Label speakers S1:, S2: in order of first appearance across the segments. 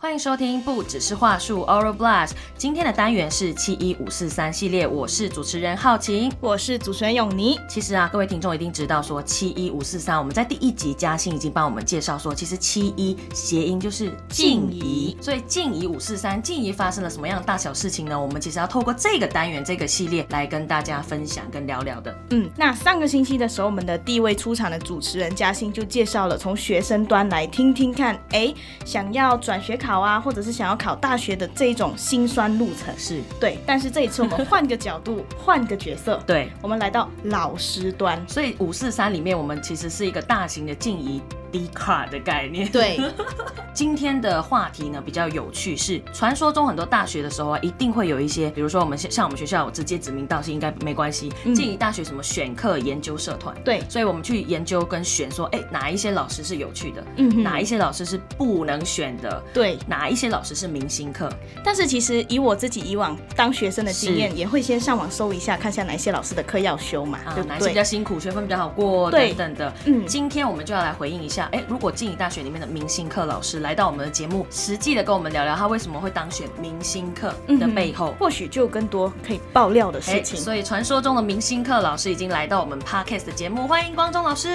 S1: 欢迎收听，不只是话术 Oral Blast。今天的单元是七一五四三系列，我是主持人浩晴。
S2: 我是主持人永妮。
S1: 其实啊，各位听众一定知道说七一五四三，我们在第一集嘉欣已经帮我们介绍说，其实七一谐音就是静
S2: 静怡
S1: 怡，所以静怡五四三，静怡发生了什么样的大小事情呢？我们其实要透过这个单元这个系列来跟大家分享跟聊聊的。
S2: 嗯，那上个星期的时候，我们的地位出场的主持人嘉欣就介绍了从学生端来听听看，哎，想要转学考啊，或者是想要考大学的这一种辛酸路程。
S1: 是
S2: 对，但是这一次我们换个角 度，换个角色，
S1: 对，
S2: 我们来到老师端。
S1: 所以五四三里面我们其实是一个大型的静怡 D 卡的概念。
S2: 对，
S1: 今天的话题呢比较有趣，是传说中很多大学的时候啊，一定会有一些，比如说我们像像我们学校，我直接指名道姓应该没关系，
S2: 嗯
S1: 建议大学什么选课研究社团，
S2: 对
S1: 所以我们去研究跟选说，哎，哪一些老师是有趣的，
S2: 嗯哼
S1: 哪一些老师是不能选的。
S2: 对，
S1: 哪一些老师是明星课？
S2: 但是其实以我自己以往当学生的经验，
S1: 是
S2: 也会先上网搜一下，看一下哪一些老师的课要修嘛，
S1: 啊
S2: 对，不
S1: 哪一些比较
S2: 对？
S1: 辛苦，学分比较好过
S2: 对
S1: 等等的。
S2: 嗯
S1: 今天我们就要来回应一下，哎，如果静宜大学里面的明星课老师来到我们的节目，实际的跟我们聊聊他为什么会当选明星课
S2: 嗯
S1: 的
S2: 哼
S1: 背后，
S2: 或许就有更多可以爆料的
S1: 哎
S2: 事，情。
S1: 所以传说中的明星课老师已经来到我们 podcast 的节目，欢迎光中老师。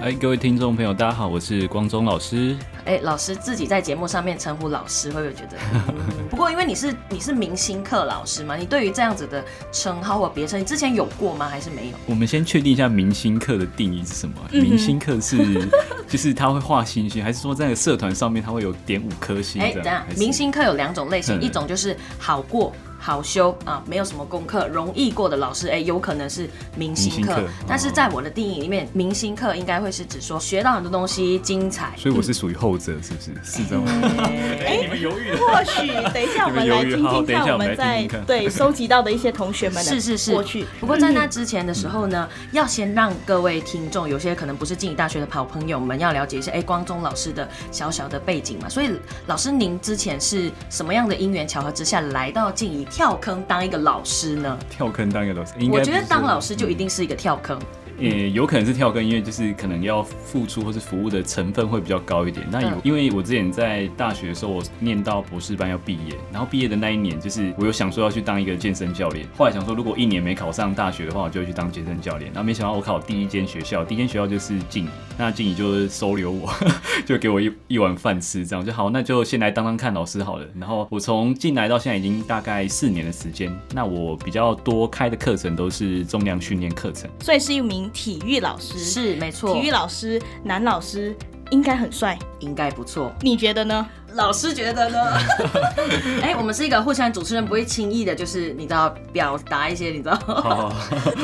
S3: 哎，各位听众朋友，大家好，我是光中老师。
S1: 哎、老师自己在节目上面称呼老师，会不会觉得？嗯 不过因为你是你是明星课老师嘛，你对于这样子的称号或别称，你之前有过吗？还是没有？
S3: 我们先确定一下明星课的定义是什么？
S2: 嗯哼
S3: 明星 课是就是他会画星星，还是说在社团上面他会有点五颗星
S1: 哎、
S3: 这
S1: 等一
S3: 样
S1: 下？
S3: 还，是
S1: 明星课有两种类型，
S3: 嗯
S1: 一种就是好过。好修啊，没有什么功课，容易过的老师，哎、有可能是明星
S3: 明星
S1: 课
S3: 课。哦
S1: 但是在我的定义里面，明星课应该会是指说学到很多东西，精彩。
S3: 所以我是属于后者，是不是？是这样吗？
S1: 嗯
S3: 哎，你们犹豫了。
S2: 或许等一下我们来听
S3: 你们犹豫好
S2: 听
S3: 等一
S2: 看，我
S3: 下我们
S2: 们
S3: 来
S2: 在
S3: 听听看
S2: 对收集到的一些同学们的
S1: 是是是
S2: 过去。嗯
S1: 不过在那之前的时候呢，要先让各位听众，有些可能不是静宜大学的好朋友们，要了解一下，哎，光宗老师的小小的背景嘛。所以老师，您之前是什么样的因缘巧合之下来到静宜跳坑当一个老师呢？
S3: 跳坑当一个老师，嗯应该
S1: 我觉得
S3: 不是
S1: 当老师就一定是一个跳坑，
S3: 也呃有可能是跳更，因为就是可能要付出或是服务的成分会比较高一点。那有
S1: 嗯
S3: 因为我之前在大学的时候，我念到博士班要毕业，然后毕业的那一年，就是我有想说要去当一个健身教练。后来想说，如果一年没考上大学的话，我就会去当健身教练。然后没想到我考第一间学校，第一间学校就是静怡，那静怡就收留我， 就给我一一碗饭吃，这样我就好，那就先来当当看老师好了。然后我从进来到现在已经大概四年的时间，那我比较多开的课程都是重量训练课程。
S2: 所以是一名体育老师，
S1: 是没错，
S2: 体育老师，男老师应该很帅，
S1: 应该不错。
S2: 你觉得呢？
S1: 老师觉得呢？ 哎，我们是一个互相主持人，不会轻易的，就是你知道表达一些，你知道。
S3: 好。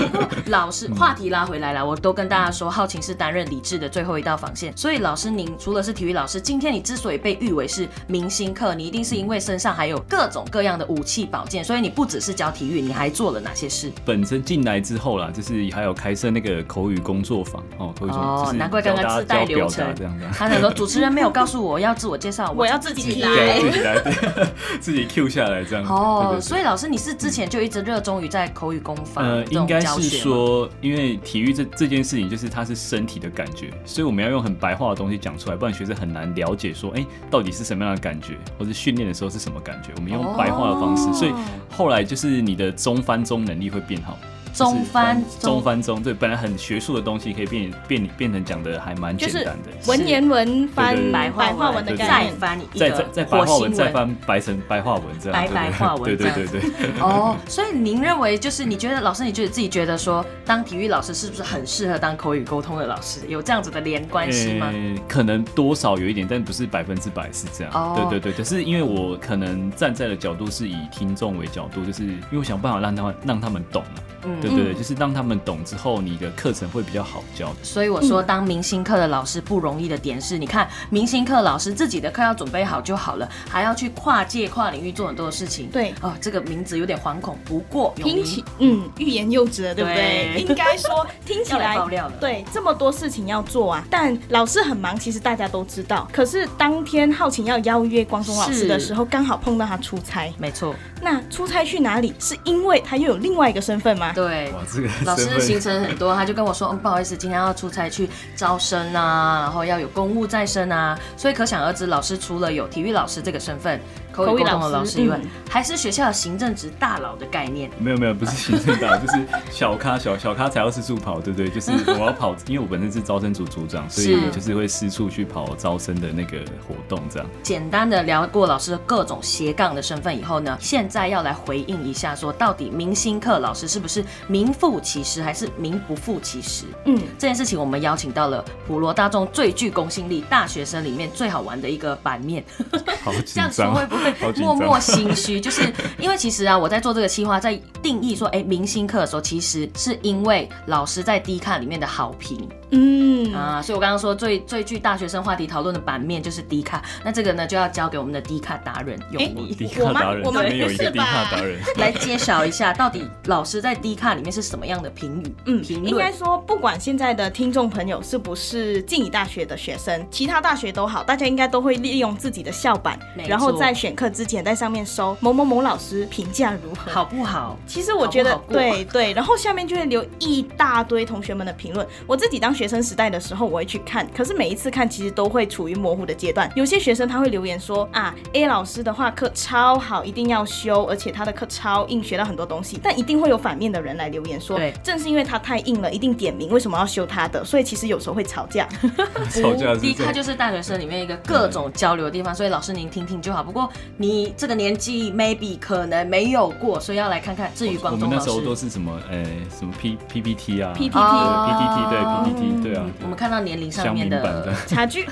S1: 老师，
S3: 嗯
S1: 话题拉回来了，我都跟大家说，浩晴是担任理智的最后一道防线。所以老师，您除了是体育老师，今天你之所以被誉为是明星课，你一定是因为身上还有各种各样的武器宝剑，所以你不只是教体育，你还做了哪些事？
S3: 本身进来之后啦，就是还有开设那个口语工作坊哦，口语工作
S1: 哦
S3: 坊，就是
S1: 难怪刚
S3: 教大
S1: 刚
S3: 家
S1: 自带
S3: 教
S1: 流
S3: 表
S1: 程
S3: 达这样的。
S1: 他想说，主持人没有告诉我要自我介绍，
S2: 我要
S1: 就
S2: 自己来
S1: 来。
S3: 对，自己来， 对自己 Q 下来这样。对
S1: 哦
S3: 对，对
S1: 所以老师，你是之前就一直热衷于在口语工坊
S3: 呃，
S1: 这
S3: 应
S1: 种
S3: 该
S1: 教
S3: 是
S1: 学吗，
S3: 说，因为体育这这件事情，就是它是身体的感觉，所以我们要用很白话的东西讲出来，不然学生很难了解说，哎、到底是什么样的感觉，或者训练的时候是什么感觉。我们用
S1: 哦
S3: 白话的方式，所以后来就是你的中翻中能力会变好。就是
S1: 中翻
S3: 中翻中，对，本来很学术的东西可以变变变成讲的还蛮
S2: 就
S3: 简
S2: 是
S3: 单的。
S2: 文言文翻
S3: 对对对
S2: 白
S1: 白话
S2: 话文的
S3: 对对对
S2: 概
S1: 再
S2: 念。
S1: 翻你一
S3: 再
S1: 个
S3: 再再
S1: 火
S3: 白话
S1: 星
S3: 文，
S1: 文
S3: 再翻白成白话文这样，
S1: 白
S3: 对
S1: 白话文
S3: 对对对对 对，
S1: 哦，所以您认为就是你觉得老师，你觉得自己觉得说，当体育老师是不是很适合当口语沟通的老师？有这样子的连关系
S2: 嗯
S1: 吗？
S3: 呃可能多少有一点，但不是百分之百是这样。
S1: 哦
S3: 对对对，可是因为我可能站在的角度是以听众为角度，就是因为我想办法让他们让他们懂啊。
S1: 嗯
S3: 对对对，
S2: 嗯
S3: 就是让他们懂之后，你的课程会比较好教。
S1: 所以我说，当明星课的老师不容易的点是，你看明星课老师自己的课要准备好就好了，还要去跨界跨领域做很多的事情。
S2: 对
S1: 哦，这个名字有点惶恐，不过永
S2: 听
S1: 明
S2: 起，嗯，欲言又止了，对不对？
S1: 对
S2: 应 该说，听起
S1: 要来
S2: 来
S1: 爆料了
S2: 对，这么多事情要做啊，但老师很忙，其实大家都知道。可是当天浩晴要邀约光中老师的时候，刚好碰到他出差。
S1: 没错，
S2: 那出差去哪里？是因为他又有另外一个身份吗？
S1: 对，
S3: 哇，这个
S1: 老师
S3: 身份
S1: 行程很多，他就跟我说，嗯，不好意思，今天要出差去招生啊，然后要有公务在身啊，所以可想而知，老师除了有体育老师这个身份，口
S2: 口
S1: 语
S2: 语
S1: 沟通的
S2: 老
S1: 老
S2: 师
S1: 师以外，
S2: 嗯
S1: 还是学校的行政职大佬的概念。
S3: 没有没有，不是行政大，就是小咖小小咖才要四处跑，对不对？ 就是我要跑，因为我本身是招生组组长，所以
S1: 是
S3: 就是会四处去跑招生的那个活动，这样。
S1: 简单的聊过老师的各种斜杠的身份以后呢，现在要来回应一下说到底明星课老师是不是名副其实，还是名不副其实？
S2: 嗯，
S1: 这件事情，我们邀请到了普罗大众最具公信力大学生里面最好玩的一个版面。
S3: 好
S1: 这
S3: 紧
S1: 样说
S3: 张
S1: 会
S3: 啊，
S1: 不会
S3: 好紧
S1: 默
S3: 张
S1: 默心虚？就是因为其实啊，我在做这个企划，在定义说，哎、明星课的时候，其实是因为老师在 D 看里面的好评
S2: 嗯，
S1: 啊，所以我刚刚说最最具大学生话题讨论的版面就是 D 卡，那这个呢就要交给我们的 D 卡达人永
S2: 诶
S1: 妮。
S3: 迪
S2: 我
S3: 卡
S2: 吗
S3: 达人，
S2: 我
S3: 这
S2: 们
S3: 边有一
S2: 不
S3: 个
S2: 是
S3: 迪卡
S2: 吧
S3: 达人，
S1: 来揭晓一下，到底老师在 D 卡里面是什么样的评语？
S2: 嗯，
S1: 评
S2: 应该
S1: 论
S2: 说，不管现在的听众朋友是不是静宜大学的学生，其他大学都好，大家应该都会利用自己的校版
S1: 没，
S2: 然后
S1: 错
S2: 在选课之前在上面搜某某某老师评价如何。
S1: 好不好？
S2: 其实我觉得
S1: 好不好过
S2: 对对，然后下面就会留一大堆同学们的评论。我自己当学生时代的时候，我会去看，可是每一次看其实都会处于模糊的阶段。有些学生他会留言说啊，A 老师的话课超好，一定要修，而且他的课超硬，学到很多东西。但一定会有反面的人来留言说
S1: 对，
S2: 正是因为他太硬了，一定点名为什么要修他的，所以其实有时候会吵架。
S3: 吵架
S1: 迪
S3: 是哦这
S1: 卡
S3: 样。
S1: 就是大学生里面一个各种交流的地方，所以老师您听听就好。不过你这个年纪 maybe 可能没有过，所以要来看看。至于
S3: 我
S1: 广
S3: 们
S1: 东
S3: 那
S1: 老
S3: 时
S1: 师，
S3: 候都是什么，呃，什么 P P P T 啊
S2: PPT
S1: 哦
S3: 对 P P T，对 P P T，对啊，
S1: 我们看到年龄上
S3: 乡
S1: 面
S3: 民版
S1: 的
S3: 的，，
S2: 差距。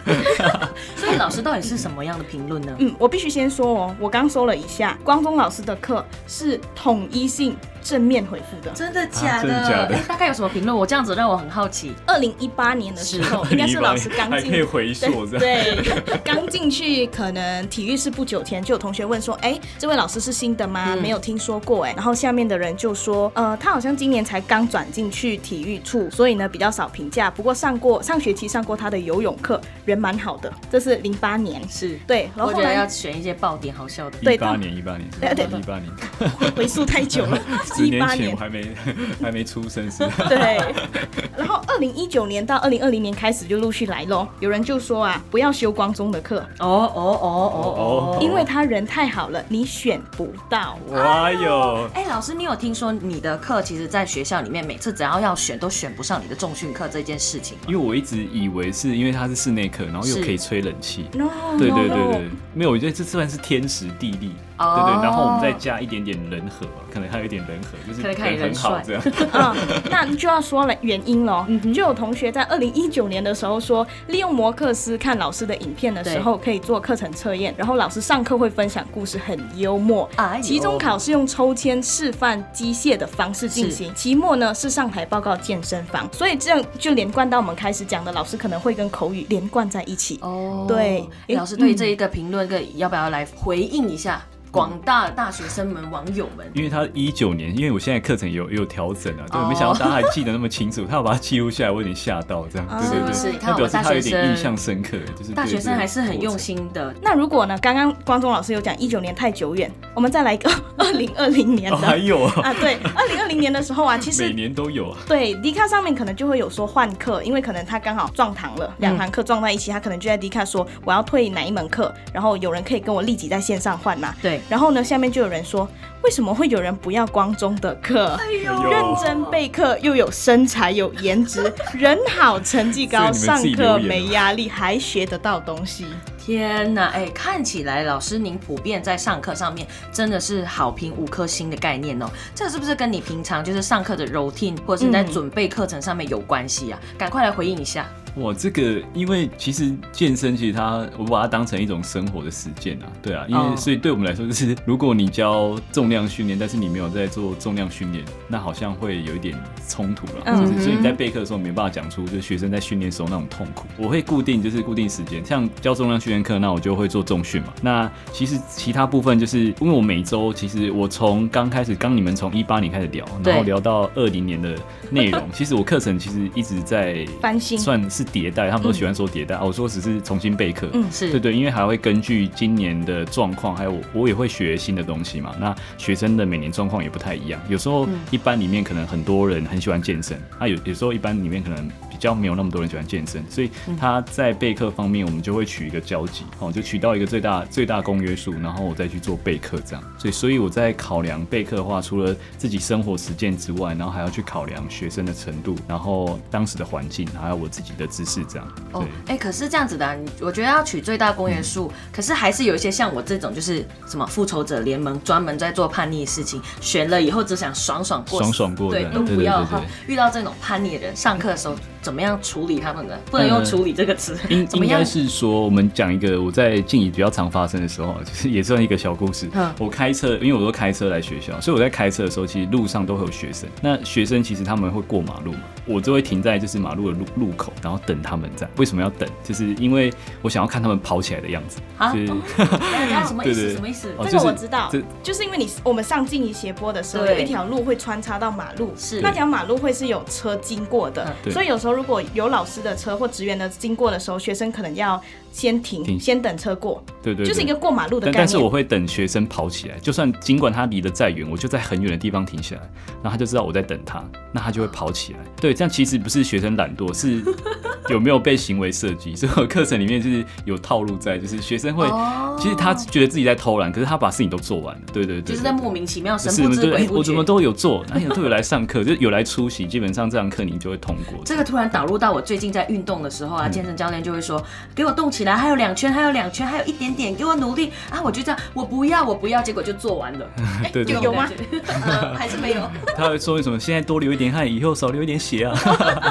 S1: 所以老师到底是什么样的评论呢？
S2: 嗯，我必须先说哦，我刚搜了一下，光宗老师的课是统一性正面回复的。
S1: 真的假
S3: 啊真的假的
S1: 哎大概有什么评论？我这样子让我很好奇。
S2: 二零一八年的时候，
S3: 是
S2: 应该是老师刚
S3: 还
S2: 进，
S3: 可以回溯这样
S2: 对，对 刚进去可能体育室不久前就有同学问说，哎，这位老师是新的吗？
S1: 嗯
S2: 没有听说过哎。然后下面的人就说，呃，他好像今年才刚转进去体育处，所以呢比较少评价。不过上过上学期上过他的游泳课，人蛮好的。这是零八年，
S1: 是，
S2: 对，然
S1: 我
S2: 后后
S1: 觉得要
S2: 来
S1: 选一些爆点好笑的。
S2: 对
S3: 一八
S2: 但
S3: 年，一八年，
S2: 对对
S3: 一八年，，
S2: 回溯太久了
S3: 十
S2: 一
S3: 年
S2: 八
S3: 前
S2: 年
S3: 我。还没 还没出生是吧？
S2: 对，然后二零一九年到二零二零年开始就陆续来咯。有人就说啊，不要修光宗的课，
S1: 哦哦哦哦哦
S3: 哦，
S2: 因为他人太好了，你选不到。
S1: 哦
S3: 哇哟，
S1: 哎，老师，你有听说你的课其实，在学校里面每次只要要选都选不上你的重训课这件事情吗？
S3: 因为我一直以为是因为它是室内课，然后又
S1: 是
S3: 可以吹冷气。
S2: No，
S3: 对
S2: no,
S3: 对对
S2: no
S3: 对，没有，我觉得这算是天时地利，
S1: 哦
S3: 对对，然后我们再加一点点人和吧，可能还有一点人和，就是
S1: 可能看你人
S3: 很好
S1: 帅
S3: 这样。
S2: 嗯，那就要说了原因咯。
S1: 嗯
S2: 就有同学在二零一九年的时候说，利用摩克斯看老师的影片的时候，可以做课程测验，然后老师上课会分享故事，很幽默。
S1: 哎呦
S2: 期中考试用抽签示范机械的方式进行，期末呢是上台报告健身房，所以这样就连贯到我们开始讲的，老师可能会跟口语连贯在一起。
S1: 哦，
S2: 对
S1: 诶
S2: 诶
S1: 老师对这一个评论，个要不要来回应一下广大大学生们、网友们？
S3: 因为他一九年，因为我现在课程有有调整啊，对，
S1: 哦
S3: 没想到大家还记得那么清楚，他有把它记录下来，我有点吓到这样，
S2: 哦
S3: 对
S1: 是不
S3: 对
S1: 是
S3: 对，
S1: 你看
S3: 那
S1: 我们
S3: 表示他有
S1: 大学生
S3: 点印象深刻，就是
S1: 大学生还是很用
S3: 心。
S1: 心的，
S2: 那如果呢？刚刚光宗老师有讲一九年太久远，我们再来一 个二零二零年
S3: 哦，还
S2: 的、
S3: 有 啊，
S2: 啊，对，二零二零年的时候 啊，其实
S3: 每年都有啊，
S2: 对，迪卡上面可能就会有说换课，因为可能他刚好撞堂了，
S3: 嗯
S2: 两堂课撞在一起，他可能就在迪卡说我要退哪一门课，然后有人可以跟我立即在线上换嘛。
S1: 对，
S2: 然后呢，下面就有人说，为什么会有人不要光中的课？
S3: 哎
S1: 哎
S3: 呦
S2: 认真备课，又有身材，有颜值，人好，成绩高，
S3: 这个
S2: 上
S3: 你们自己
S2: 课
S3: 留言
S2: 没
S3: 哦
S2: 压力，还学得到东西。
S1: 天呐，哎，看起来老师您普遍在上课上面真的是好评五颗星的概念哦，这是不是跟你平常就是上课的 routine 或者是你在
S2: 嗯
S1: 准备课程上面有关系啊？赶快来回应一下。
S3: 哇，这个因为其实健身，其实它我把它当成一种生活的实践啊，对啊，因为、
S1: 哦
S3: 所以对我们来说，就是如果你教重量训练，但是你没有在做重量训练，那好像会有一点冲突了，
S2: 嗯
S3: 就是所以你在
S1: 嗯哼
S3: 备课的时候没办法讲出就是学生在训练时候那种痛苦。我会固定就是固定时间，像教重量训练课，那我就会做重训嘛。那其实其他部分就是因为我每周其实我从刚开始刚你们从一八年开始聊，然
S1: 对
S3: 后聊到二零年的内容，其实我课程其实一直在
S2: 翻新
S3: 算是迭代，他们都喜欢说迭代，啊我说只是重新备课，
S2: 嗯
S1: 是
S3: 对对，因为还会根据今年的状况，还有我我也会学新的东西嘛。那学生的每年状况也不太一样，有时
S1: 嗯
S3: 候一班里面可能很多人很喜欢健身，啊有有时候一班里面可能比较没有那么多人喜欢健身，所以
S1: 嗯
S3: 他在备课方面，我们就会取一个交集，哦，就取到一个最大最大公约数，然后我再去做备课这样。所以所以我在考量备课的话，除了自己生活实践之外，然后还要去考量学生的程度，然后当时的环境，还有我自己的知识这样。对。嗯
S1: 哦，哎、可是这样子的、啊，你我觉得要取最大公约数，可是还是有一些像我这种，就是什么复仇者联盟专门在做叛逆的事情，选了以后只想爽爽过，
S3: 爽爽过
S1: 对
S3: 这，样
S1: 都
S3: 对
S1: 不
S3: 对
S1: 要的
S3: 对
S1: 话
S3: 对，
S1: 遇到这种叛逆的人，上课的时候怎么样处理他们呢？不能用
S3: 嗯
S1: 处理这个词，
S3: 应
S1: 怎么
S3: 应
S1: 样
S3: 该？是说，我们讲一个我在静怡比较常发生的时候， 就是也算一个小故事。
S1: 嗯
S3: 我开车，因为我都开车来学校，所以我在开车的时候，其实路上都会有学生。那学生其实他们会过马路嘛，我就会停在就是马路的路路口，然后等他们这样。为什么要等？就是因为我想要看他们跑起来的样子。
S1: 啊
S3: 就是
S1: 哎呀什么意
S3: 对对
S1: 思？
S3: 对
S1: 什么意思？
S3: 哦
S2: 这
S3: 就
S2: 个
S3: 是
S2: 我知道
S3: 这，
S2: 就是因为你我们上静怡斜坡的时候，有
S1: 对
S2: 一条路会穿插到马路，
S1: 是
S2: 那条马路会是有车经过的，
S3: 啊对
S2: 所以有时候如果有老师的车或职员的经过的时候，学生可能要先停，
S3: 停
S2: 先等车过，
S3: 对对对，
S2: 就是一个过马路的
S3: 但
S2: 概念。
S3: 但是我会等学生跑起来，就算尽管他离得再远，我就在很远的地方停下来，然后他就知道我在等他，那他就会跑起来。对，这样其实不是学生懒惰，是有没有被行为设计。所以我课程里面就是有套路在，就是学生会，
S1: 哦
S3: 其实他觉得自己在偷懒，可是他把事情都做完了。对对对
S1: 就是
S3: 对
S1: 在
S3: 对
S1: 莫名其妙、
S3: 不
S1: 神
S3: 是，
S1: 不知
S3: 对，
S1: 鬼
S3: 哎
S1: 不
S3: 我
S1: 觉
S3: 怎么。都有做，哎呀，都有来上课，就是有来出席，基本上这堂课你就会通过。
S1: 这个突然导入到我最近在运动的时候啊，健身教练就会说：“给我动起来，还有两圈，还有两圈，还有一点点，给我努力啊！”我就这样，我不要，我不要，结果就做 完了。哎
S3: 对对
S2: 有吗？
S1: 这种感觉呃还是没有。
S3: 他会说什么？现在多流一点汗，以后少流一点血啊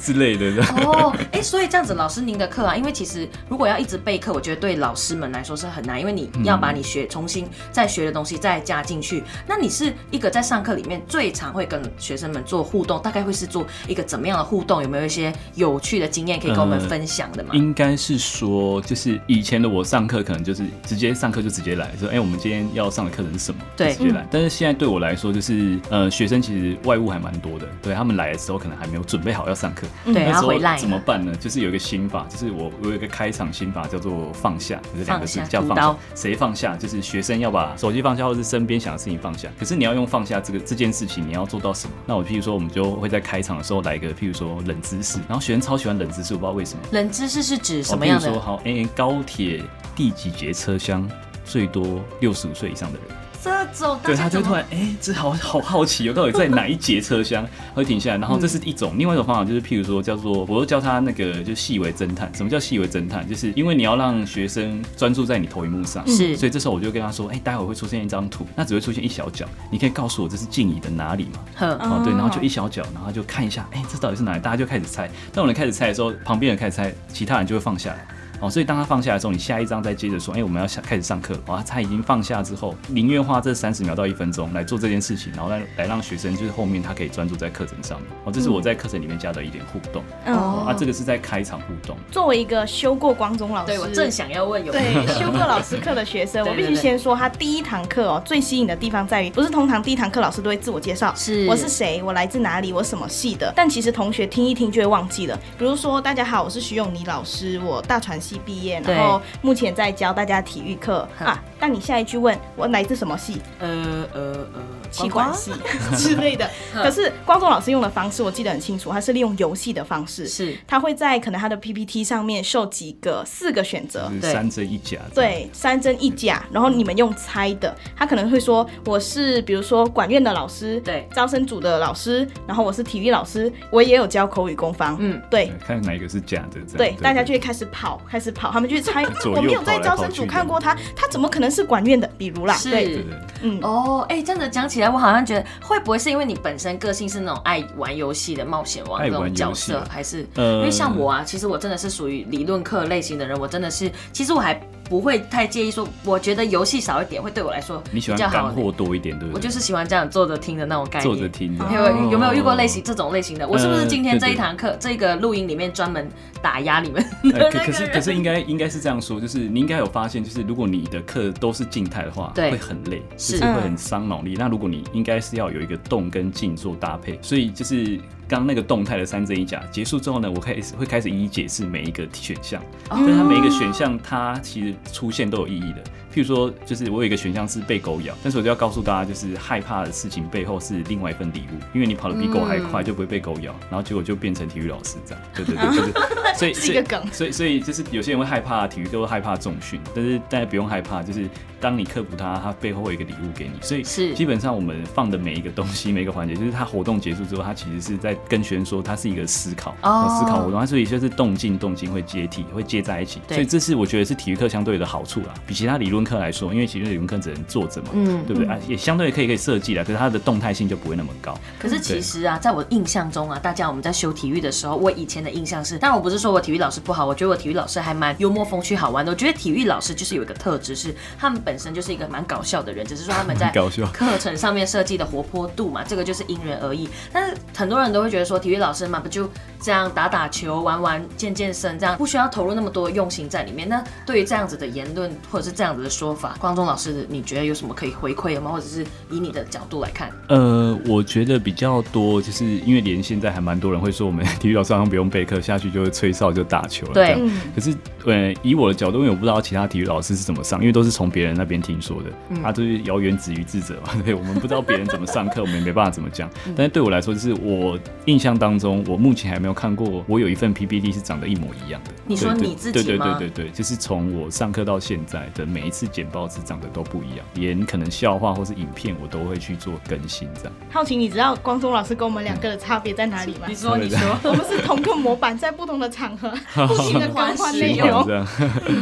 S3: 之类的。 这样
S1: 哦，哎，所以这样子，老师您的课啊，因为其实如果要一直备课，我觉得对老师们来说是很难，因为你要把你学重新再学的东西再加进去。那你是一个在上课里面最常会跟学生们做互动，大概会是做一个怎么样的互动？有没有一些有趣的经验可以跟我们
S3: 呃
S1: 分享的吗？
S3: 应该是说，就是以前的我上课可能就是直接上课就直接来，说哎、我们今天要上的课程是什么，
S1: 对
S3: 就直接来。但是现在对我来说，就是呃，学生其实外务还蛮多的，对他们来的时候可能还没有准备好要上课，
S1: 嗯对，
S3: 那
S1: 要
S3: 时候
S1: 回来
S3: 怎么办呢？就是有一个心法，就是我我有一个开场心法叫做放下，就是两个字
S1: 放下
S3: 叫
S1: 屠
S3: 放下
S1: 刀。
S3: 谁放下？就是学生要把手机放下，或是身边想的事情放下。可是你要用放下这个这件事情，你要做到什么？那我譬如说，我们就会在开场的时候来一个譬如说冷知识，然后学生超喜欢冷知识，我不知道为什么。
S1: 冷知识是指
S3: 哦
S1: 什么样
S3: 譬
S1: 的？
S3: 如说，好，哎、高铁第几节车厢最多六十五岁以上的人？
S1: 这种大
S3: 对，
S1: 家
S3: 他就
S1: 怎
S3: 突
S1: 么
S3: 然，哎、这好好好奇哦，到底在哪一节车厢会停下来？然后这是一
S1: 嗯
S3: 种，另外一种方法就是，譬如说叫做，我都叫他那个就细微侦探。什么叫细微侦探？就是因为你要让学生专注在你投影幕上，
S1: 嗯是
S3: 所以这时候我就跟他说，哎、待会会出现一张图，那只会出现一小角，你可以告诉我这是静怡的哪里吗？
S1: 哼，
S3: 哦，对，然后就
S2: 哦
S3: 一小角，然后就看一下，哎、这到底是哪里？大家就开始猜。当我们开始猜的时候，旁边人开始猜，其他人就会放下来。哦，所以当他放下来的时候，你下一张再接着说，哎、我们要下开始上课了。哇、哦，他已经放下之后，宁愿花这三十秒到一分钟来做这件事情，然后来来让学生就是后面他可以专注在课程上面。哦，这是我在课程里面加的一点互动。
S1: 嗯哦
S2: 嗯，
S3: 啊，这个是在开场互动。
S2: 作为一个修过光中老师，
S1: 对我正想要问有没有
S2: 对，修过老师课的学生，
S1: 对
S2: 我必须
S1: 对对
S2: 先说，他第一堂课哦，最吸引的地方在于，不是通常第一堂课老师都会自我介绍，
S1: 是
S2: 我是谁，我来自哪里，我什么系的。但其实同学听一听就会忘记了。比如说，大家好，我是徐永妮老师，我大传系毕业，
S1: 对
S2: 然后目前在教大家体育课
S1: 哼
S2: 啊。但你下一句问我来自什 么系，
S1: 呃呃呃，
S2: 气
S1: 器
S2: 管
S1: 官
S2: 系之类的。 可是光中老师用的方式我记得很清楚，他是利用游戏的方式，
S1: 是
S2: 他会在可能他的 PPT 上面受几个四个选择，
S3: 就是
S1: 对
S3: 三真一假，
S2: 对，三真一假，然后你们用猜的，他可能会说我是比如说管院的老师，
S1: 对
S2: 招生组的老师，然后我是体育老师，我也有教口语攻防，
S1: 嗯，
S2: 对
S3: 对，。看哪一个是假的，这样
S2: 对，大家就
S3: 对
S2: 会开始跑，开始跑，他们就会猜，啊
S3: 左
S2: 我没
S3: 右
S2: 有在
S3: 跑来
S2: 招
S3: 跑
S2: 生组
S3: 去
S2: 看
S3: 的
S2: 过他，他怎么可能是管院的？比如啦，对，
S3: 对对
S1: 是。
S3: 对
S2: 嗯，
S1: 哦，哎，真的讲起来，我好像觉得会不会是因为你本身个性是那种爱玩游戏的冒险王
S3: 爱
S1: 这
S3: 玩
S1: 种角
S3: 游
S1: 色
S3: 戏，
S1: 还是
S3: 呃
S1: 因为像我啊，其实我真的是属于理论课类型的人，我真的是，其实我还不会太介意说，我觉得游戏少一点会对我来说
S3: 你喜
S1: 比较
S3: 欢
S1: 好
S3: 干。货多一点，对不对？
S1: 我就是喜欢这样坐着听的那种概念。
S3: 坐着听的
S2: 哦。
S1: 有有没有遇过类型这种类型的？我是不是今天
S3: 呃
S1: 这
S3: 对
S1: 一堂课、这个录音里面专门打压 你们
S3: 呃
S1: 的那个
S3: 可可是
S1: 人
S3: 可是应该应该是这样说，就是你应该有发现，就是如果你的课都是静态的话，
S1: 对嗯
S3: 会很累，
S1: 是
S3: 就是会很伤脑力。那如果你应该是要有一个动跟静做搭配，所以就是。刚那个动态的三真一假结束之后呢，我开始会开始一一解释每一个选项，但是它每一
S2: 嗯
S3: 个选项它其实出现都有意义的。譬如说，就是我有一个选项是被狗咬，但是我就要告诉大家，就是害怕的事情背后是另外一份礼物，因为你跑得比狗还
S2: 嗯
S3: 快，就不会被狗咬，然后结果就变成体育老师这样。对对对， 就是所以
S2: 是一个梗
S3: 所以所以就是有些人会害怕体育，就会害怕重训，但是大家不用害怕，就是当你克服它，它背后会有一个礼物给你。所以
S1: 是
S3: 基本上我们放的每一个东西，每一个环节，就是它活动结束之后，它其实是在跟学生说，它是一个思考、
S1: 哦
S3: 思考活动，它所以就是动静动静会接替，会接在一起。
S1: 对
S3: 所以这是我觉得是体育课相对的好处啦，比其他理论课来说，因为其实理论课只能坐着嘛，
S1: 嗯
S3: 对不对？啊，也相对可以可以设计啦，可是它的动态性就不会那么高。
S1: 可是其
S3: 对
S1: 实啊，在我印象中啊，大家我们在修体育的时候，我以前的印象是，当然我不是说我体育老师不好，我觉得我体育老师还蛮幽默风趣好玩的。我觉得体育老师就是有一个特质是，他们本身就是一个蛮搞笑的人，只是说他们在
S3: 蛮搞笑
S1: 课程上面设计的活泼度嘛，这个就是因人而异。但是很多人都会觉得说，体育老师嘛，不就这样打打球、玩玩、健健身，这样不需要投入那么多用心在里面。那对于这样子的言论或者是这样子的说法，光中老师，你觉得有什么可以回馈的吗？或者是以你的角度来看，
S3: 呃，我觉得比较多，就是因为连现在还蛮多人会说我们 体育老师好像不用备课，下去就会吹哨就打球了。
S1: 对
S3: 这样
S2: 嗯
S3: 可是呃，以我的角度，因为我不知道其他体育老师是怎么上，因为都是从别人那边听说的，
S1: 嗯
S3: 他、就是遥远止于智者嘛。 对，我们不知道别人怎么上课，我们也没办法怎 么讲。
S1: 嗯
S3: 但是对我来说，就是我印象当中，我目前还没有看过我有一份 PPT 是长得一模一样的。
S1: 你说
S3: 对对
S1: 你自己
S3: 对对
S1: 吗
S3: 对对对，就是从我上课到现在的每一次简报是长得都不一样，连可能笑话或是影片我都会去做更新这样。
S2: 好奇你知道光中老师跟我们两个的差别在哪里吗？
S1: 你说，你说。
S2: 我们是同个模板，在不同的场 合不停的更换内
S3: 循环
S2: 容
S3: 这。样，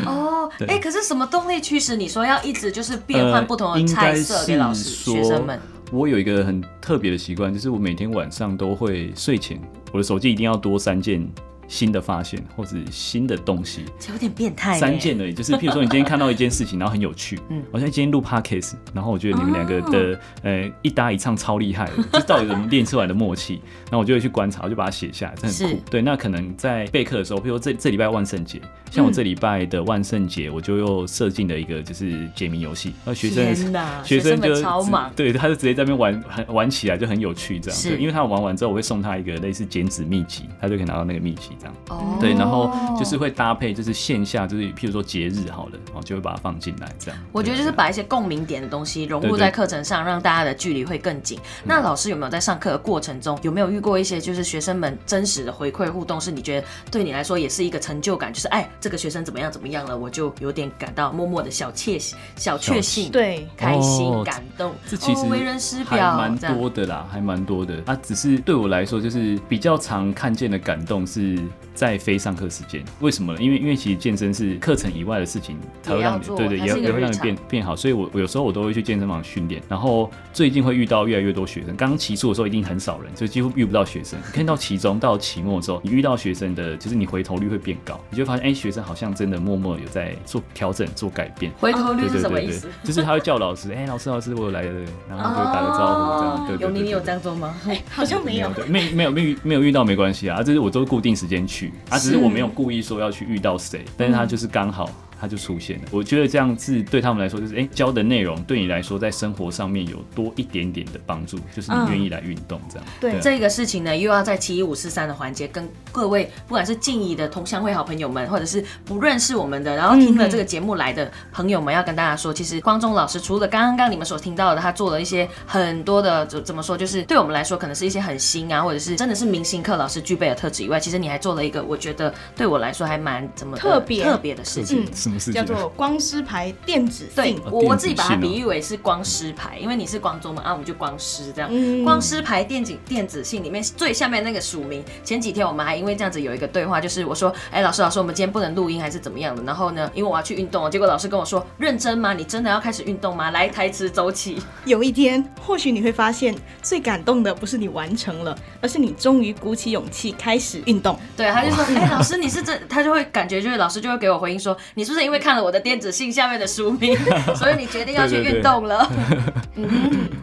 S1: 哦，哎、
S3: 嗯对
S1: 可是什么动力驱使你说要一直就是变换不同的菜色给老师、
S3: 呃
S1: 学生们？。
S3: 应该是说我有一个很特别的习惯，就是我每天晚上都会睡前，我的手机一定要多三件新的发现或者新的东西。
S1: 这有点变态呢。
S3: 三件而已，就是譬如说你今天看到一件事情，然后很 有趣，嗯，我现在今天录 podcast，然后我觉得你们两个
S1: 哦
S3: 的、呃一搭一唱超厉害的， 这到底怎么练出来的默契？然后我就会去观察，我就把它写下来，真的很
S1: 是
S3: 酷。对，那可能在备课的时候，譬如说这这礼拜万圣节，像
S1: 嗯
S3: 我这礼拜的万圣节，我就又设计了一个就是解谜游戏，那学
S1: 天
S3: 生
S1: 哪
S3: 学生
S1: 学生
S3: 就
S1: 们超
S3: 直
S1: 忙
S3: 对，他就直接在那边玩很玩起来，就很有趣这样。
S1: 是
S3: 对因为他玩完之后，我会送他一个类似剪纸秘籍，他就可以拿到那个秘籍这样。
S1: 哦
S3: 对，然后就是会搭配，就是线下，就是譬如说节日好了，然后就会把它放进来，这样。
S1: 我觉得就是把一些共鸣点的东西融入在课程上，让大家的距离会更近。
S3: 嗯
S1: 那老师有没有在上课的过程中，有没有遇过一些就是学生们真实的回馈互动，是你觉得对你来说也是一个成就感？就是哎，这个学生怎么样怎么样了，我就有点感到默默的小窃喜、小确幸、
S2: 对，
S1: 开心、
S3: 哦
S1: 感动。
S3: 这其实
S1: 哦、为人师
S3: 还
S1: 表
S3: 蛮
S1: 这样
S3: 多的啦，还蛮多的。啊，只是对我来说，就是比较常看见的感动是在非上课时间。为什么呢？因为因为其实健身是课程以外的事情，才会
S1: 也
S3: 让
S1: 要
S3: 你
S1: 做
S3: 对对，
S1: 它
S3: 也
S1: 是一个
S3: 也会让
S1: 日
S3: 你
S1: 常
S3: 变变好。所以我我有时候我都会去健身房训练。然后最近会遇到越来越多学生。刚刚起初的时候一定很少人，就几乎遇不到学生。看到期中到期末之后，你遇到学生的，就是你回头率会变高，你就会发现哎、学生好像真的默默有在做调整、做改变。
S1: 回头 率
S3: 对
S1: 是
S3: 对
S1: 什么
S3: 对
S1: 意
S3: 对
S1: 思？，
S3: 就是他会叫老师，哎、老师老师，我有来了，然后就打个招呼这样。对对对
S1: 有你，你有这
S3: 样。
S1: 样做吗？
S2: 好像没有。
S3: 对，哎没没有没有没有遇到没关系啊，这是我都固定时间去啊，只是我没有故意说要去遇到谁，但是他就是刚好他就出现了。我觉得这样子对他们来说就是，哎、教的内容对你来说在生活上面有多一点点的帮助，就是你愿意来运动这样。
S2: 对
S3: 对啊
S1: 这个事情呢，又要在七一五四三的环节跟各位，不管是静怡的同乡会好朋友们，或者是不认识我们的，然后听了这个节目来的朋友们，要跟大家说，其实光中老师除了刚刚刚你们所听到的，他做了一些很多的怎怎么说，就是对我们来说可能是一些很新啊，或者是真的是明星课老师具备的特质以外，其实你还做了一个，我觉得对我来说还蛮怎么的
S2: 特别
S1: 特别的事情。
S2: 嗯
S3: 什么事情
S2: 叫
S3: 啊？
S2: 做光师牌电子
S1: 对
S2: 信，
S1: 我我自己把它
S3: 电子信哦
S1: 比喻为是光师牌，因为你是光中嘛，啊，我们就光师这样。
S2: 嗯
S1: 光师牌电子电子信里面最下面那个署名，前几天我们还因为这样子有一个对话，就是我说，哎、老师老师，我们今天不能录音还是怎么样的？然后呢，因为我要去运动了，结果老师跟我说，认真吗？你真的要开始运动吗？来，台词走 起。
S2: 有一天，或许你会发现，最感动的不是你完成了，而是你终于鼓起勇气开始运动。
S1: 对，他就说，哎、老师你是真，他就会感觉就是老师就会给我回应说，你是不就是因为看了我的电子信下面的书名， 所以你决定要去运动了。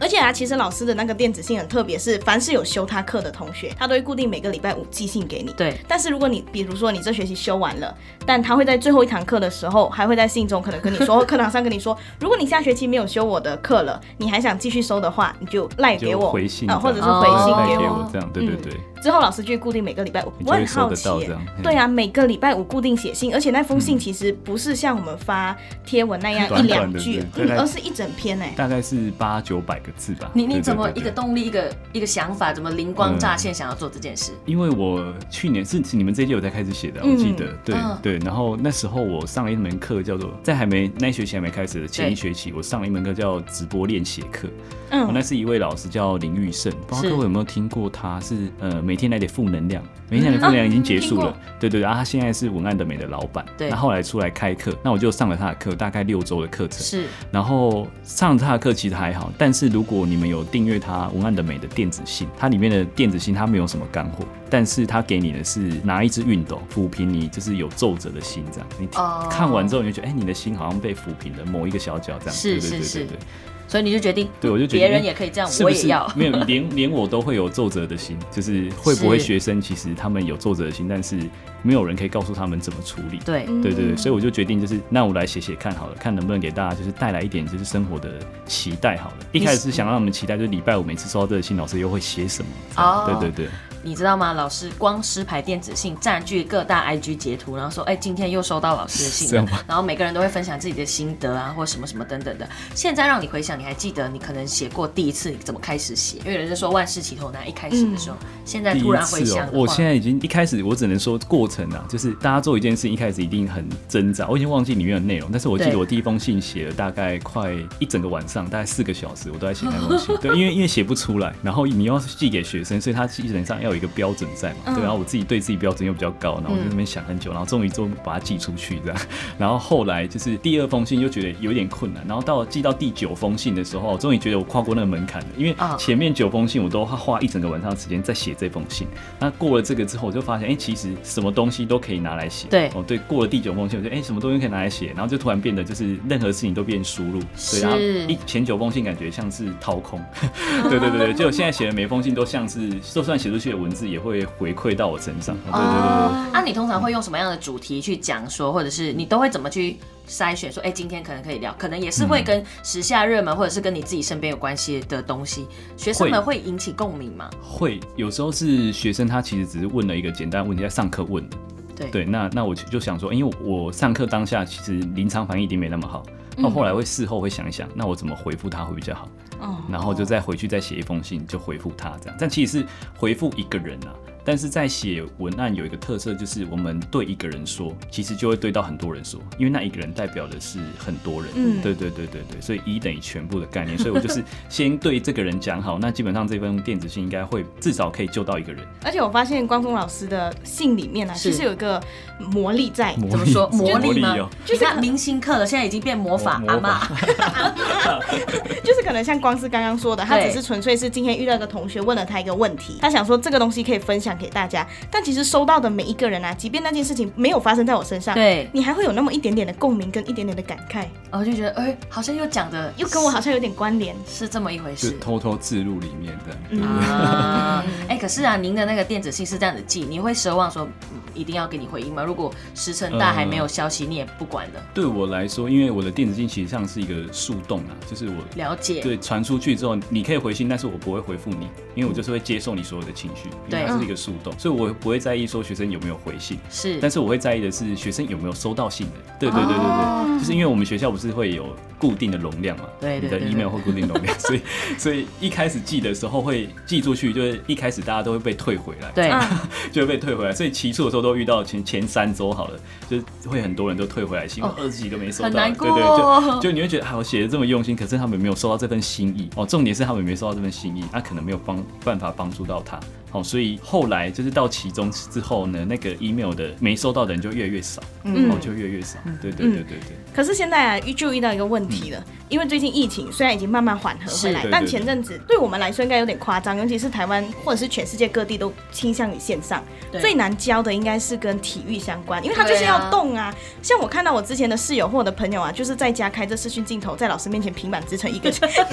S2: 而且啊，其实老师的那个电子信很特别，是凡是有修他课的同学，他都会固定每个礼拜五寄信给你。
S1: 对，
S2: 但是如果你比如说你这学期修完了，但他会在最后一堂课的时候，还会在信中可能跟你说，哦或课堂上跟你说，如果你下学期没有修我的课了，你还想继续收的话，你就赖给
S3: 就
S2: 我，
S3: 回信
S2: 啊、
S3: 这样，
S2: 或者是
S1: 哦
S2: 回信
S3: 赖
S2: 给
S3: 给
S2: 我。
S3: 我这样，对对对，
S2: 之后老师就会固定每个礼拜五，
S3: 你就
S2: 我很
S3: 会收
S2: 好
S3: 得
S2: 奇
S3: 到
S2: 耶
S3: 这样。嗯
S2: 对啊，每个礼拜五固定写信，而且那封信其实不是像我们发贴文那样
S3: 嗯短
S2: 一
S3: 短
S2: 两
S3: 的
S2: 句，
S3: 对大
S2: 嗯
S3: 概
S2: 而是一整篇哎。
S3: 大概是八九百个字吧。
S1: 你
S3: 对
S1: 你
S3: 对
S1: 怎么一
S3: 对对
S1: 个动力，一个一个想法，怎么灵光乍现想要做这件事？
S3: 因为我去年是是你们这一届我才开始写的，
S2: 嗯
S3: 我记得，对、
S1: 嗯
S3: 对。然后那时候我上了一门课叫做，在还没那一学期还没开始的前一
S1: 对
S3: 学期，我上了一门课叫直播练写课。哦，那
S2: 嗯，
S3: 是一位老师叫林玉胜，不知
S1: 是
S3: 道各位有没有听过他？是呃，每天来点负能量，每天来点负能量已经结束了。
S2: 啊
S3: 对对，然后他现在是文案的美的老板，
S1: 对
S3: 那后来出来开课，那我就上了他的课，大概六周的课程。
S1: 是
S3: 然后上他的课其实还好，但是如果你们有订阅他文案的美的电子信，它里面的电子信它没有什么干货，但是它给你的是拿一支熨斗抚平你就是有皱褶的心，这样你听、
S1: 哦
S3: 看完之后你就觉得，哎、你的心好像被抚平了某一个小角，这样。
S1: 是
S3: 对对对
S1: 是
S3: 对
S1: 是
S3: 对
S1: 所以你就决定，
S3: 对我就觉得
S1: 别人也可以这样，
S3: 是
S1: 我
S3: 不
S1: 也
S3: 是。
S1: 要
S3: 没有连连我都会有皱褶的心，就是会不会
S1: 是
S3: 学生其实他们有皱褶的心，但是没有人可以告诉他们怎么处理。
S1: 对，
S2: 嗯
S3: 对对对，所以我就决定就是，那我来写写看好了，看能不能给大家就是带来一点就是生活的期待好了。一开始是想让我们期待，就是礼拜五每次收到这个信，老师又会写什么？
S1: 哦
S3: 对对对，
S1: 你知道吗？老师光师牌电子信占据各大 IG 截图，然后说，哎、今天又收到老师的信
S3: 这样
S1: 了，然后每个人都会分享自己的心得啊，或什么什么等等的。现在让你回想，你还记得你可能写过第一次你怎么开始写？因为人家说万事起头难，一开始的时候，现在
S3: 嗯第
S1: 突
S3: 一
S1: 然回
S3: 次
S1: 想
S3: 哦
S1: 的，话，
S3: 我现在已经一开始我只能说过程啊，就是大家做一件事，一开始一定很挣扎，我已经忘记里面的内容，但是我记
S1: 对
S3: 得我第一封信写了大概快一整个晚上，大概四个小时，我都在写那 封信。对，因为因为写不出来，然后你要寄给学生，所以他基本上要有一个标准在嘛，
S1: 嗯
S3: 对，然啊后我自己对自己标准又比较高，然后我就在那边想很久，然后终于终于把它寄出去这样。然后后来就是第二封信就觉得有点困难，然后到寄到第九封信的时候，我终于觉得我跨过那个门槛了，因为
S1: 啊
S3: 前面九封信我都花一整个晚上的时间在写这封信。那过了这个之后，我就发现，哎、其实什么东西都可以拿来写。
S1: 对
S3: 哦，对，过了第九封信，我就哎、诶什么东西可以拿来写，然后就突然变得就是任何事情都变输入。
S1: 是
S3: 对，然后一前九封信感觉像是掏空。 对对对对，就现在写的每封信都像是，就算写出去的文字也会回馈到我身上。哦对对对对对。
S1: 哦，那、你通常会用什么样的主题去讲说，或者是你都会怎么去筛选说，哎、今天可能可以聊，可能也是会跟时下热门或者是跟你自己身边有关系的东西，学生们会引起共鸣吗？
S3: 会有时候是学生他其实只是问了一个简单的问题，在上课问的。
S1: 对
S3: 对，那那我就就想说，因为我上课当下其实临场反应一定没那么好，那后来会事后会想一想，那我怎么回复他会比较好，
S2: 嗯哦，
S3: 然后就再回去再写一封信就回复他这样，但其实是回复一个人啊。但是在写文案有一个特色，就是我们对一个人说，其实就会对到很多人说，因为那一个人代表的是很多人。
S2: 嗯
S3: 对对对对对，所以一等于全部的概念，所以我就是 先对这个人讲好，那基本上这封电子信应该会至少可以救到一个人。
S2: 而且我发现光宗老师的信里面呢、啊，
S1: 是
S2: 其实有一个魔力在，
S1: 怎么 说魔力吗？
S3: 哦
S1: 你看明星课了，现在已经变魔法
S3: 魔
S1: 阿
S3: 魔
S1: 妈，
S2: 就是可能像光是刚刚说的，他
S1: 对
S2: 只是纯粹是今天遇到一个同学问了他一个问题，他想说这个东西可以分享给大家，但其实收到的每一个人啊，即便那件事情没有发生在我身 上，
S1: 对，
S2: 你还会有那么一点点的共鸣跟一点点的感慨，
S1: 然后就觉得，哎、好像又讲的
S2: 又跟我好像有点关联。
S1: 是这么一回
S4: 就
S1: 事。
S4: 偷偷置入里面的。
S2: 嗯
S1: 啊， 哎、可是啊，您的那个电子信是这样子寄，你会奢望说、嗯一定要给你回应吗？如果石沉大海没有消息，你也不管的。
S3: 对我来说，因为我的电子信其实上是一个树洞啊，就是我
S1: 了解，
S3: 对，传出去之后，你可以回信，但是我不会回复你，因为我就是会接受你所有的情绪，因
S1: 嗯对
S3: 为它是一个树洞，所以我不会在意说学生有没有回信，
S1: 是，哦
S3: 但是我会在意的是学生有没有收到信的。对对对对
S2: 哦
S3: 对，就是因为我们学校不是会有固定的容量嘛，
S1: 对对对对
S3: 你的 email 会固定容量，所以所以一开始寄的时候会寄出去，就是一开始大家都会被退回来，
S1: 对，
S3: 就会被退回来，所以起初的时候都遇到前前三周好了，就是会很多人都退回来信，
S1: 哦
S3: 二十几个没收到，
S1: 很难
S3: 对对
S1: 过
S3: 就就你会觉得啊，我写的这么用心，可是他们没有收到这份心意哦。重点是他们没收到这份心意，那、可能没有帮办法帮助到他。好，所以后来就是到期中之后呢，那个 email 的没收到的人就越来越少，
S2: 嗯
S3: 哦，就越来越少。对对对对对。
S2: 可是现在啊，遇就遇到一个问题了，因为最近疫情虽然已经慢慢缓和回来
S3: 是，
S2: 但
S3: 对对对
S2: 前阵子对我们来说应该有点夸张，尤其是台湾或者是全世界各地都倾向于线上。
S1: 对
S2: 最难教的应该是跟体育相关，因为它就
S1: 对啊
S2: 是要动啊。像我看到我之前的室友或我的朋友啊，就是在家开着视讯镜头，在老师面前平板支撑一个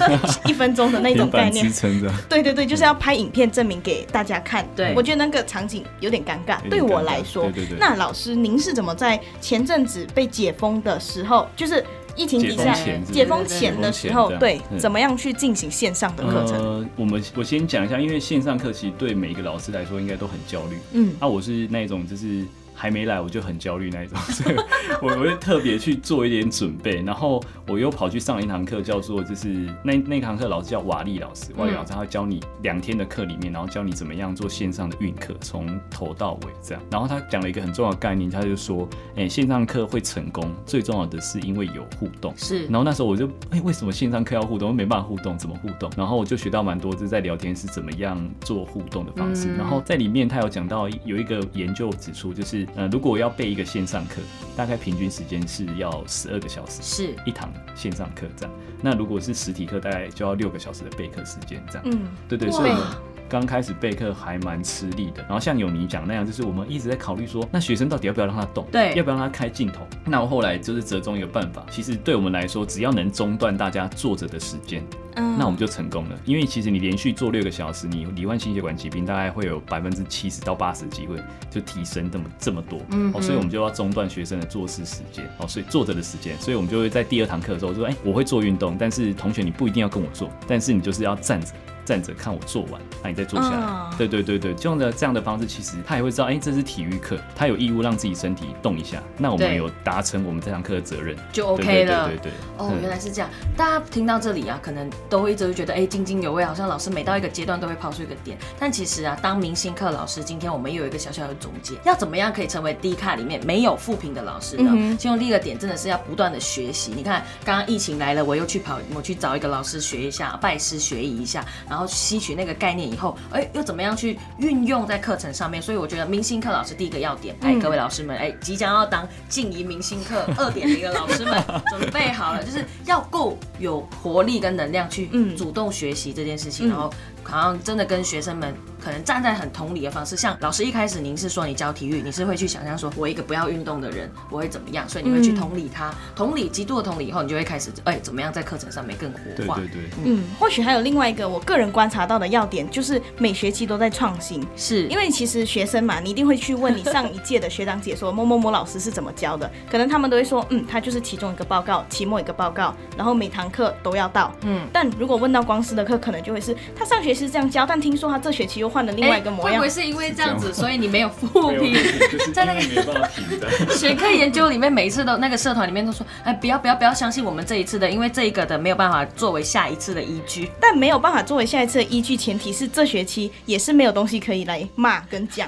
S2: 一分钟的
S1: 嗯
S2: 那种
S3: 平
S2: 概
S3: 板
S2: 念
S3: 支。撑着，
S2: 对对对，就是要拍影片证明给大家看。
S1: 对
S2: 我觉得那个场景有点尴尬，
S3: 有点尴尬
S2: 对我来说。
S3: 对对对
S2: 那老师，您是怎么在前阵子被解封的时候，就是疫情底下
S1: 解封前
S2: 解封前的时候，
S3: 对对对
S2: 对
S3: 嗯
S2: 怎么样去进行线上的课程？
S3: 呃，我们我先讲一下，因为线上课其实对每一个老师来说应该都很焦虑。
S2: 嗯，
S3: 啊，我是那种就是还没来我就很焦虑那一种， 所以我我会特别去做一点准备，然后我又跑去上了一堂课，叫做就是那那堂课老师叫瓦力老
S2: 嗯
S3: 师，瓦力老师他会教你两天的课里面，然后教你怎么样做线上的运课，从头到尾这样。然后他讲了一个很重要的概念，他就说，哎、线上课会成功，最重要的是因为有互动。
S1: 是
S3: 然后那时候我就，哎、为什么线上课要互动？我没办法互动，怎么互动？然后我就学到蛮多，就是在聊天是怎么样做互动的方式。
S1: 嗯
S3: 然后在里面他有讲到有一个研究指出，就是呃，如果要备一个线上课，大概平均时间是要十二个小时
S1: 是，
S3: 一堂线上课这样。那如果是实体课，大概就要六个小时的备课时间这样。
S2: 嗯，
S3: 对对，
S1: 哇
S3: 所以我们刚开始备课还蛮吃力的。然后像有你讲那样，就是我们一直在考虑说，那学生到底要不要让他动，
S1: 对
S3: 要不要让他开镜头？那我后来就是折中一个办法，其实对我们来说，只要能中断大家坐着的时间，
S2: 嗯
S3: 那我们就成功了。因为其实你连续做六个小时，你罹患心血管疾病大概会有百分之七十到八十机会就提升这么这么多。
S1: 嗯
S3: 哦，
S1: 哼
S3: 所以我们就要中断学生的做事时间，哦，所以坐着的时间，所以我们就会在第二堂课的时候就说，哎、我会做运动，但是同学你不一定要跟我做，但是你就是要站着。站着看我做完，那你再坐下来。
S2: 嗯
S3: 对对对对，就用的这样的方式，其实他也会知道，哎、这是体育课，他有义务让自己身体动一下。那我们
S1: 对
S3: 有达成我们这堂课的责任，
S1: 就
S3: 对
S1: OK 了。
S3: 对对对对，
S1: 哦
S3: 嗯，
S1: 原来是这样。大家听到这里啊，可能都会一直会觉得，哎、津津有味，好像老师每到一个阶段都会抛出一个点。但其实啊，当明星课老师，今天我们又有一个小小的总结，要怎么样可以成为 D 卡里面没有负评的老师呢？
S2: 嗯哼
S1: 其中第一个点真的是要不断的学习。你看，刚刚疫情来了，我又去跑，我去找一个老师学一下，拜师学艺一下，然后吸取那个概念以后，哎、又怎么样去运用在课程上面？所以我觉得明星课老师第一个要点，哎、
S2: 嗯
S1: 各位老师们，哎、即将要当静怡明星课二点零的老师们，准备好了，就是要够有活力跟能量去
S2: 嗯
S1: 主动学习这件事情，
S2: 嗯
S1: 然后好像真的跟学生们可能站在很同理的方式，像老师一开始您是说你教体育，你是会去想象说我一个不要运动的人我会怎么样，所以你会去
S2: 嗯
S1: 同理他，同理极度的同理以后，你就会开始哎、怎么样在课程上面更活
S3: 对
S1: 化，
S3: 对对。
S2: 嗯，或许还有另外一个我个人观察到的要点，就是每学期都在创新。
S1: 是
S2: 因
S1: 为
S2: 为其实学生嘛，你一定会去问你上一届的学长姐说某某某老师是怎么教的，可能他们都会说，嗯，他就是其中一个报告，期末一个报告，然后每堂课都要到。
S1: 嗯。
S2: 但如果问到光师的课，可能就会是他上学期是这样教，但听说他这学期又换了另外一个模
S1: 会不
S2: 样
S1: 会。是因为这样子，
S3: 是这样
S1: 所以你 没有复
S3: 没有
S1: 评？
S3: 就是
S1: 在那个
S3: 因为没办法停的。
S1: 学科研究里面每一次都那个社团里面都说，哎，不要不要不要相信我们这一次的，因为这一个的没有办法作为下一次的依据。
S2: 但没有办法作为下一次的依据，前提是这学期也是没有东西可以来骂 跟讲。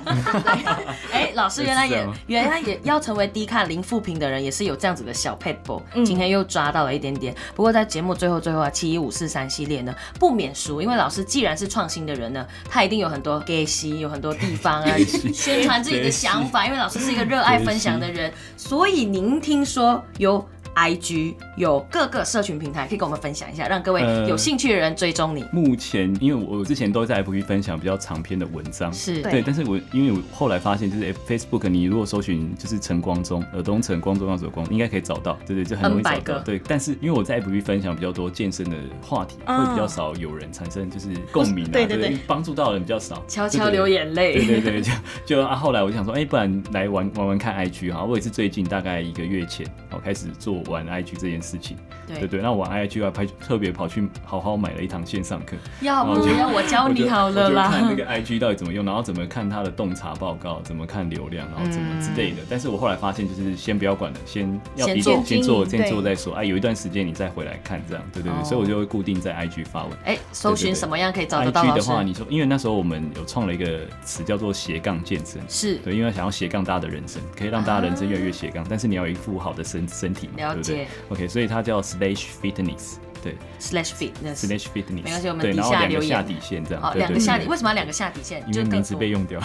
S1: 哎，老师原来
S3: 是这
S1: 也
S3: 样吗
S1: 原来也要成为低看零负评的人，也是有这样子的小 paper，、今天又抓到了一点点。不过在节目最后最后啊，七一五四三系列呢，不免俗，因为老师既然是创新的人呢，他一定有很多给息，有很多地方啊宣传自己的想法，因为老师是一个热爱分享的人，所以您听说有。IG 有各个社群平台可以跟我们分享一下，让各位
S3: 呃
S1: 有兴趣的人追踪你。
S3: 目前，因为我之前都在 FB 分享比较长篇的文章，
S1: 是
S2: 对
S3: 对，但是我因为我后来发现，就是 Facebook 你如果搜寻就是陈光中，呃，东城光中要走光，应该可以找到，对对，就很容易找
S1: 100个
S3: 到。对，但是因为我在 FB 分享比较多健身的话题，
S2: 嗯
S3: 会比较少有人产生就是共鸣啊，
S2: 对对对，
S3: 帮助到的人比较少，
S1: 悄
S3: 对
S1: 悄
S3: 对对
S1: 流眼泪。
S3: 对对对，就就啊，后来我就想说，哎、不然来玩玩玩看 IG 哈。我也是最近大概一个月前，我开始做玩 IG 这件事情。
S1: 对
S3: 对对，那我玩 IG 还拍特别跑去好好买了一堂线上课，
S1: 要
S3: 然后
S1: 不
S3: 我就
S1: 要我教
S3: 我就
S1: 哦你好了
S3: 我就看
S1: 啦
S3: 那？个 IG 到底怎么用，然后怎么看它的洞察报告，怎么看流量，然后怎么之类的。但是我后来发现，就是先不要管了，先要
S1: 嗯先
S3: 一
S1: 做
S3: 先做
S2: 经营
S3: 先做
S2: 对
S3: 再说。哎、有一段时间你再回来看这样，对对对，
S1: 哦
S3: 所以我就会固定在 IG 发文。
S1: 哎，搜
S3: 对
S1: 寻
S3: 对对
S1: 什么样可以找得到
S3: IG
S1: 老
S3: 的
S1: 师？
S3: 话，你说，因为那时候我们有创了一个词叫做斜杠健身，
S1: 是
S3: 对，因为想要斜杠大家的人生，可以让大家人生越来越斜杠，但是你要有一副好的身身体嘛，
S1: 啊了
S3: 对不对
S1: 解
S3: ？OK，所以它叫 Slash Fitness。对
S1: slash fitness。
S3: ，slash fitness，
S1: 没关系我们
S3: 对，
S1: 底
S3: 然后
S1: 下
S3: 两个
S1: 留
S3: 下
S1: 言
S3: 底线这样，
S1: 好，
S3: 对
S1: 两个
S3: 对
S1: 下
S3: 对
S1: 底，为什么要两个下底线？
S3: 因为
S1: 就
S3: 名
S1: 更
S3: 字
S1: 多
S3: 被用掉，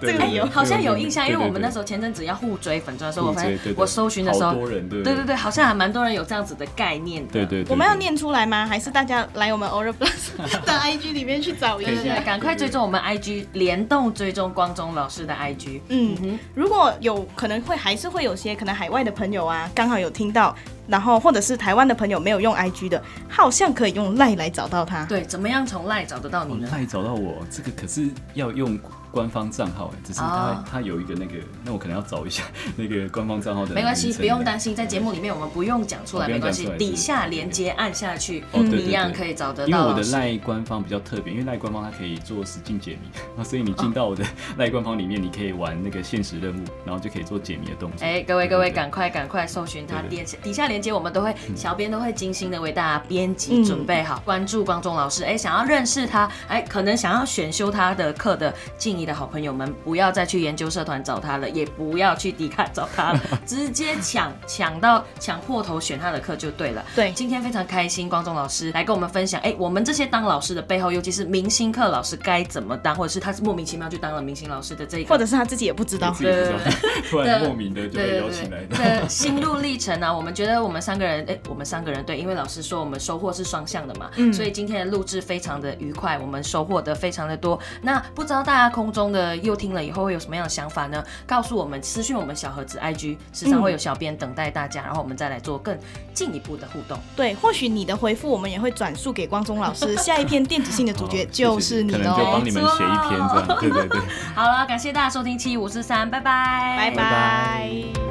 S2: 这个理由
S1: 好像有印象，因为我们那时
S3: 候
S1: 候前阵子要互追粉砖的时候，我
S3: 互
S1: 发
S3: 追
S1: 现
S3: 对对
S1: 我搜寻的时候
S3: 好，多人对不
S1: 对对对，好像还蛮多人有这样子的概念的。
S3: 对对对，
S2: 我们要念出来吗？还是大家来我们 Aura Plus 的 IG 里面去找一
S1: 对对
S2: 下
S1: 对，？赶快追踪我们 IG 联动追踪光中老师的 IG。
S2: 嗯
S1: 嗯，哼，
S2: 如果有可能会还是会有些可能海外的朋友啊，刚好有听到，然后或者是台湾的朋友没有用 IG 的，好像可以用赖来找到他。
S1: 对，怎么样从赖找得到你
S3: 哦
S1: 呢？
S3: 赖找到我，这个可是要用官方账号哎，只是他
S1: 啊
S3: 他有一个那个，那我可能要找一下 那个官方账号的，
S1: 没关系，不用担。心，在节目里面我们不用讲出来，
S3: 哦不
S1: 没
S3: 用
S1: 关系
S3: 讲出，来
S1: 底下连接按下去，
S3: 哦对对
S1: 一样
S3: 对
S1: 可以找得
S3: 因为
S1: 到
S3: 我
S1: 老
S3: 的
S1: 师。
S3: 赖官方比较特别，因为赖官方它可以做实境解谜， 啊，所以你进到我的赖官方里面，你可以玩那个限时任务，然后就可以做解谜的动作。
S1: 哎，各位各位，
S3: 对对对
S1: 赶快赶快搜寻它
S3: 对对嗯
S1: 连底下连接，我们都会小编都会精心的为大家编辑准备好。关注光中老师，哎，想要认识他，哎，可能想要选修他的课的静怡的好朋友们，不要再去研究社团找他了，也不要去迪卡找 他了，直接抢抢到抢破头选他的课就对了。
S2: 对
S1: 今天非常开心，光中老师来跟我们分享，哎，我们这些当老师的背后，尤其是明星课老师该怎么当，或者是他是莫名其妙就当了明星老师的这个，
S2: 或者是他自己也不知道
S3: 我，自己不知道突然
S1: 对
S3: 莫名的就
S1: 对
S3: 被邀
S1: 对
S3: 请来
S1: 对
S3: 的。
S1: 对，的心路历程啊，我们觉得我们三个人，哎、我们三个人对，因为老师说我们收获是双向的嘛，所以今天的录制非常的愉快，我们收获的非常的多。那不知道大家空中的又听了以后会有什么样的想法呢？告诉我们，私讯我们小盒子 IG，时常会有小编等待大家，然后我们再来做更进一步的互动。
S2: 对，或许你的回复我们也会转述给光宗老师。下一篇电子信的主角
S3: 哦
S2: 就是你
S3: 可能就
S2: 哦，
S3: 帮你们 写一篇这样，对对对。
S1: 好了，感谢大家收听七五四三，拜拜，
S2: 拜
S3: 拜
S2: 拜。